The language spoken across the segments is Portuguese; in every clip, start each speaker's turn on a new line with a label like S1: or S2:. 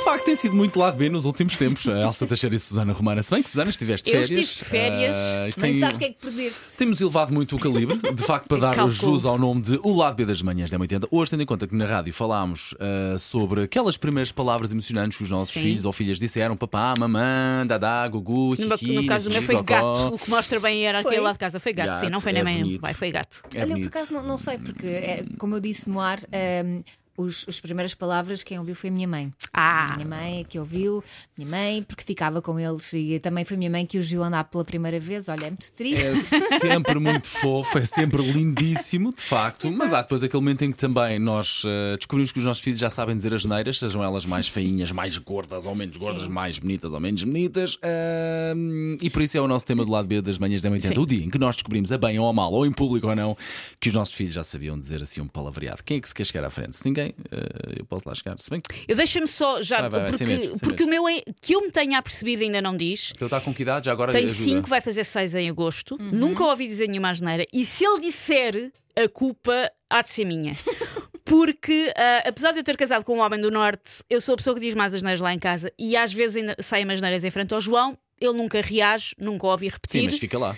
S1: De facto, tem sido muito lado B nos últimos tempos. A Elsa Teixeira e Susana Romana. Se bem que Susana estiveste de
S2: Eu
S1: férias.
S2: estive de férias,
S1: ah, isto
S3: Mas
S1: tem-
S3: sabes o que é que perdeste?
S1: Temos elevado muito o calibre, de facto, para dar
S2: Calculo.
S1: jus ao nome de O Lado B das Manhãs da M80. Hoje, tendo em conta que na rádio falámos ah, sobre aquelas primeiras palavras emocionantes que os nossos
S2: Sim.
S1: filhos ou filhas disseram: papá, mamã, dadá, gugu,
S2: No,
S1: xixi,
S2: meu- no caso do meu
S1: xixi,
S2: foi
S1: gogó.
S2: gato. O que mostra bem era
S3: Foi?
S2: aquele lá de casa. Foi gato,
S1: Gato,
S2: sim, não foi
S1: é
S2: nem mãe.
S1: bonito.
S2: Vai, foi gato.
S1: É
S3: Olha, eu por
S1: bonito. Hum.
S3: acaso não, não sei, porque, é, como eu disse no ar, ehm, os, as primeiras palavras quem ouviu foi a minha mãe.
S2: Ah.
S3: Minha mãe é que ouviu, minha mãe, porque ficava com eles e também foi minha mãe que os viu andar pela primeira vez. Olha, é muito triste.
S1: É sempre muito fofo, é sempre lindíssimo, de facto. Mas há depois aquele momento em que também nós eh, descobrimos que os nossos filhos já sabem dizer as neiras, sejam elas mais feinhas, mais gordas ou menos gordas, mais bonitas ou menos bonitas. Ahm, e por isso é o nosso tema do lado B das manhãs da 80,
S2: Sim.
S1: o dia em que nós descobrimos, a bem ou a mal, ou em público ou não, que os nossos filhos já sabiam dizer assim um palavreado. Quem é que se quer chegar à frente? Se ninguém, eh, eu posso lá chegar. Se bem que
S2: Eu deixa-me só já,
S1: Vai, vai, vai,
S2: porque,
S1: sem medo, sem
S2: porque o meu é- que eu me tenha apercebido ainda não diz.
S1: ele está com que idade, já agora
S2: Tem
S1: ajuda.
S2: 5, vai fazer 6 em agosto. Nunca ouvi dizer nenhuma asneira. E se ele disser, a culpa há de ser minha. Porque, ah, apesar de eu ter casado com um homem do Norte, eu sou a pessoa que diz mais asneiras lá em casa. E às vezes ainda saem asneiras em frente ao João. Ele nunca reage, nunca ouvi repetir.
S1: Sim, mas fica lá.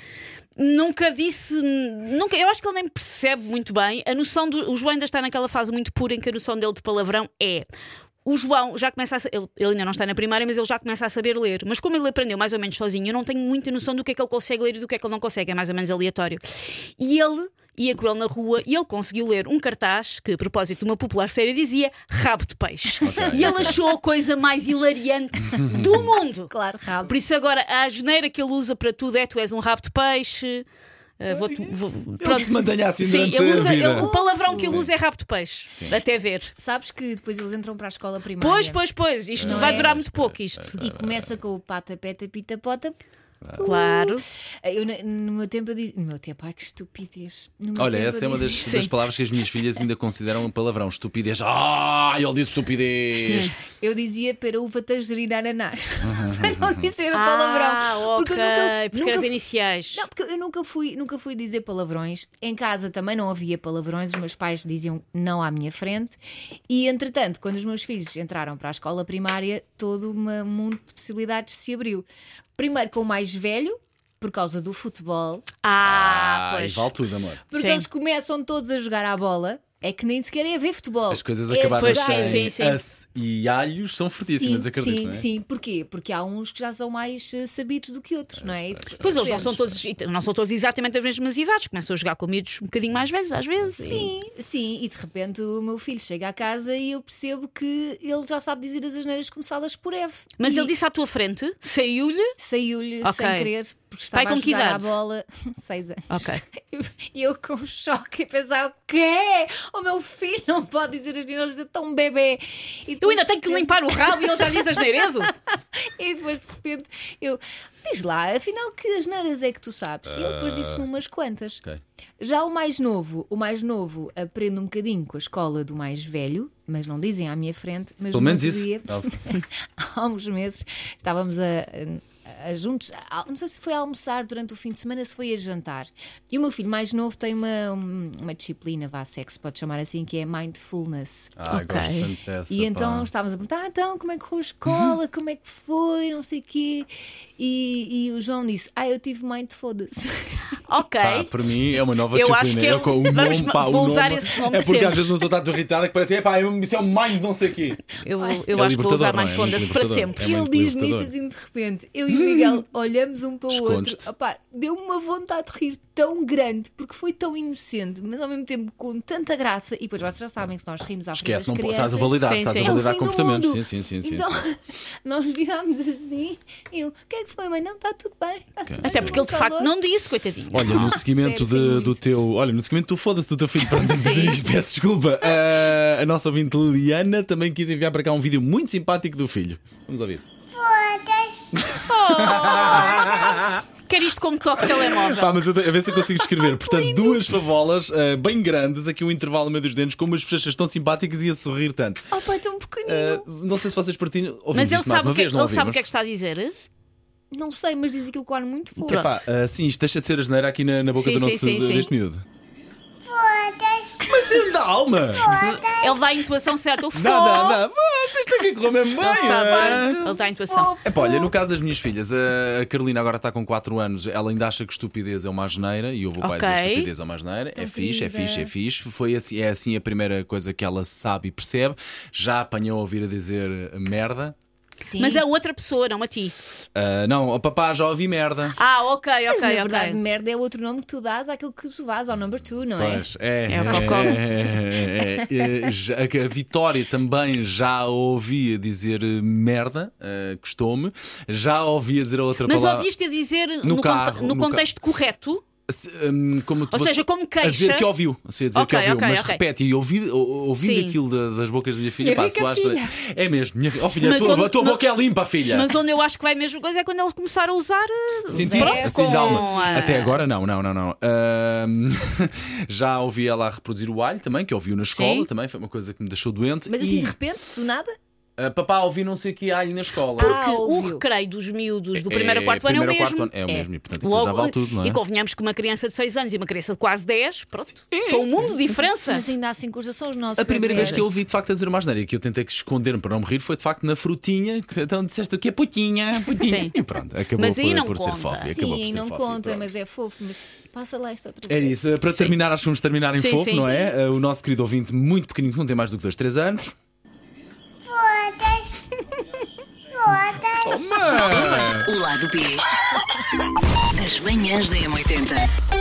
S2: nunca disse. Nunca, eu acho que ele nem percebe muito bem. A noção do. O João ainda está naquela fase muito pura em que a noção dele de palavrão é. O João já começa a. sa- Ele, ele ainda não está na primária, mas ele já começa a saber ler. Mas como ele aprendeu mais ou menos sozinho, eu não tenho muita noção do que é que ele consegue ler e do que é que ele não consegue. É mais ou menos aleatório. E ele ia com ele na rua e ele conseguiu ler um cartaz que, a propósito de uma popular série, dizia rabo de peixe. e ele achou a coisa mais hilariante do mundo.
S3: Claro, rabo.
S2: Por isso agora a asneira que ele usa para tudo é tu és um rabo de peixe. ah, vou-te- vou- pronto.
S1: se mantenha assim
S2: Sim,
S1: durante
S2: ele
S1: a
S2: usa-
S1: vida.
S2: ele- o palavrão que ele usa é rabo de peixe. Até ver.
S3: Sabes que depois eles entram para a escola primária.
S2: Pois, pois, pois. Isto
S3: é. Não
S2: vai
S3: é?
S2: durar muito pouco. Isto.
S3: E começa com o pata, peta, pita, pota.
S2: Claro.
S3: Eu, na- no meu tempo, eu disse. No meu tempo, ai que estupidez. No meu
S1: Olha,
S3: tempo,
S1: essa é
S3: eu
S1: uma das,
S3: disse-
S1: das palavras que as minhas filhas ainda consideram um palavrão. Estupidez. Ah, ele disse estupidez.
S3: Eu dizia peruva, tangerina, ananás.
S1: Uhum,
S3: para não dizer o
S2: Ah,
S3: é um palavrão.
S2: ok,
S3: eu nunca-
S2: porque
S3: nunca
S2: eras iniciais.
S3: Não, porque eu nunca fui, nunca fui dizer palavrões. Em casa também não havia palavrões, os meus pais diziam não à minha frente. E entretanto, quando os meus filhos entraram para a escola primária, todo uma- um mundo de possibilidades se abriu. Primeiro com o mais velho, por causa do futebol,
S2: Ah,
S1: e
S2: pois.
S1: vale tudo, amor.
S3: porque
S2: Sim.
S3: eles começam todos a jogar à bola. É que nem sequer é haver futebol.
S1: As coisas
S3: É
S1: acabaram
S2: Pois,
S3: jogar.
S2: sim,
S1: sem
S2: sim, sim.
S1: ace e alhos são fortíssimas,
S3: sim,
S1: acredito.
S3: sim,
S1: não é?
S3: sim. Porquê? Porque há uns que já são mais eh, sabidos do que outros, não é? E depois
S2: Pois eles não são,
S3: podemos-
S2: todos, não são todos exatamente as mesmas idades. Começam a jogar com miúdos um bocadinho mais velhos, às vezes.
S3: Sim, sim, e de repente o meu filho chega à casa e eu percebo que ele já sabe dizer as asneiras começadas por F.
S2: Mas
S3: E
S2: ele disse à tua frente, saiu-lhe.
S3: Saiu-lhe
S2: Ok.
S3: sem querer, porque estava
S2: Pai, com
S3: a
S2: que
S3: jogar à
S2: idade?
S3: bola seis anos.
S2: Ok.
S3: E eu, com choque, a pensar: o quê? O meu filho não pode dizer as asneiras, é tão bebê. E
S2: Eu
S3: depois,
S2: ainda
S3: de
S2: tenho que
S3: repente-
S2: limpar o rabo e ele já diz asneiredo.
S3: E depois de repente eu, diz lá, afinal que asneiras é que tu sabes? E ele depois disse-me umas quantas.
S1: Ok.
S3: Já o mais novo, o mais novo aprende um bocadinho com a escola do mais velho, mas não dizem à minha frente, mas
S1: Pelo
S3: no
S1: menos
S3: outro
S1: isso.
S3: dia, há uns meses, estávamos a, a- a juntos, a- não sei se foi a almoçar durante o fim de semana, se foi a jantar. E o meu filho mais novo tem uma, um, uma disciplina, vá, se é que se pode chamar assim, que é mindfulness.
S1: Ah,
S2: Ok.
S1: gosto tanto dessa.
S3: E então
S1: pá.
S3: estávamos a perguntar, ah, então, como é que foi a escola? Como é que foi? Não sei o quê. E, e o João disse, ah, eu tive mãe de foda-se.
S2: Ok.
S1: Pá, para mim é uma nova
S2: Eu
S1: disciplina.
S2: acho que
S1: é
S2: eu-
S1: com o
S2: vamos-
S1: nome, pá, o
S2: vou usar
S1: nome.
S2: esse nome
S1: É porque
S2: sempre.
S1: às vezes uma pessoa está tão irritada que parece, epá, isso é um mind não sei o quê.
S2: Eu,
S1: É
S2: eu acho que vou
S1: libertador,
S2: usar
S1: não é?
S2: mais
S1: É
S2: fondas
S1: muito
S2: para
S1: libertador.
S2: sempre.
S1: É
S3: E ele
S1: muito
S3: diz-me isto
S1: libertador. Hum.
S3: assim de repente. Eu e o Miguel olhamos um para o
S1: Escondes-te.
S3: outro. Opá, deu-me uma vontade de rir tão grande, porque foi tão inocente, mas ao mesmo tempo com tanta graça. E depois vocês já sabem que se nós rimos à frente das
S1: Esquece, não pô-
S3: crianças...
S1: estás a validar,
S2: Sim,
S1: estás a
S2: sim.
S3: é o
S1: validar
S3: fim do
S1: comportamentos. Sim,
S3: mundo.
S1: sim, sim, sim.
S3: Então,
S1: sim.
S3: nós virámos assim. Eu, o que é que foi, mãe? Não, está tudo bem. Está tudo bem,
S2: Até porque
S3: com
S2: ele de facto
S3: calor."
S2: não disse, coitadinho.
S1: Olha, no seguimento
S3: sério,
S1: de-
S3: tenho
S1: do
S3: muito.
S1: teu. Olha, no seguimento do foda-se do teu filho para dizer isto, peço desculpa. Ah, a nossa ouvinte Liliana também quis enviar para cá um vídeo muito simpático do filho. Vamos ouvir.
S2: Quer isto como toque telemóvel.
S1: Pá, mas eu, te- a ver se eu consigo descrever. Portanto, duas favolas ah, bem grandes, aqui um intervalo no meio dos dentes, com umas bochechas tão simpáticas e a sorrir tanto.
S3: Oh, pai, tão pequenino.
S1: Ah, não sei se vocês partilham. Ouvimos
S2: Mas ele
S1: isto mais
S2: sabe,
S1: uma
S2: o que, é-
S1: vez, não
S2: ele sabe o
S1: ouvimos?
S2: que é que está a dizer?
S3: Não sei, mas diz aquilo com ar muito forte.
S1: Epá, ah, sim, isto deixa de ser asneira aqui na, na boca
S2: Sim,
S1: do
S2: sim,
S1: nosso,
S2: sim, sim.
S1: deste miúdo. Mas ele dá alma!
S2: Ele dá a intuação certa. O fó.
S1: Dá, dá, dá. Vá, Isto aqui correu mesmo
S2: Ele sabe.
S1: bem.
S2: Ele dá a intuação.
S1: É pá, olha, no caso das minhas filhas, a a Carolina agora está com 4 anos, ela ainda acha que estupidez é uma asneira e eu vou pai
S2: Ok.
S1: dizer estupidez é uma asneira. É fixe, é
S3: querida.
S1: fixe, é fixe. Foi assim, é assim a primeira coisa que ela sabe e percebe. Já apanhou a ouvir a dizer merda.
S3: Sim.
S2: Mas é a outra pessoa, não a ti.
S1: Ah, não, o papá já ouvi merda.
S2: Ah, ok, ok,
S3: Mas, na
S2: ok.
S3: verdade, merda é outro nome que tu dás àquilo que tu dás ao number two, não é?
S1: Pois, é,
S2: É o cocó.
S1: é, é, é. Já- a Vitória também já a ouvia dizer eh, merda, eh, custou-me. Já a ouvia dizer a outra
S2: Mas
S1: palavra.
S2: ouviste a dizer
S1: No
S2: conte-
S1: carro,
S2: no
S1: no
S2: contexto correto?
S1: Se, hum, como tu
S2: Ou
S1: vas-
S2: seja, como queixa.
S1: A dizer que ouviu. Assim, a dizer que
S2: Ok,
S1: ouviu,
S2: ok,
S1: mas
S2: ok.
S1: repete. E ouvi, ou- ouvindo
S2: Sim.
S1: aquilo da- das bocas da minha filha,
S3: Minha
S1: pá,
S3: rica
S1: a sua
S3: filha.
S1: astra- É mesmo, minha, oh, filha, a
S2: Mas
S1: tua,
S2: onde-
S1: a tua
S2: mas-
S1: boca é limpa, filha.
S2: Mas onde eu acho que vai a mesma coisa é quando ele começar a usar. uh,
S1: Sentir
S3: Pronto,
S1: assim
S3: com
S1: de alma.
S2: a-
S1: Até agora não, não, não, não. Ahm, já ouvi ela a reproduzir o alho também, que ouviu na escola
S2: Sim.
S1: também, foi uma coisa que me deixou doente.
S3: Mas assim,
S1: E-
S3: de repente, do nada?
S1: Uh, papá, ouvi não sei o que alho na escola.
S3: Ah,
S2: que o
S3: ouviu.
S2: recreio dos miúdos do primeiro a
S1: É,
S2: quarto ano é o
S1: primeiro a quarto
S2: mesmo.
S1: ano É o mesmo, e portanto aquilo
S2: Logo,
S1: já vale tudo, não é?
S2: E convenhamos que uma criança de 6 anos e uma criança de quase 10, pronto, são um mundo de diferença.
S3: Mas ainda assim, cursos são os nossos.
S1: A primeira vez
S3: bebés.
S1: que eu ouvi de facto a dizer uma asneira e que eu tentei que esconder-me para não me rir foi de facto na frutinha. que- Então disseste o que é putinha, putinha.
S2: Sim.
S1: E pronto, acabou
S2: Mas aí
S1: por,
S2: não
S1: por ser
S2: conta.
S1: fofo. acabou por
S3: Sim,
S1: ser
S3: não
S1: fofo, e
S3: conta,
S1: pronto.
S3: mas é fofo. Mas passa lá esta outra
S1: Era
S3: vez.
S1: isso. Para terminar, acho que vamos terminar em
S2: Sim,
S1: fofo,
S2: sim,
S1: não
S2: sim.
S1: é? Uh, O nosso querido ouvinte, muito pequenino, que não tem mais do que 2, 3 anos.
S4: Fodas. Fodas.
S1: Oh, mãe!
S5: O lado B das manhãs da M80.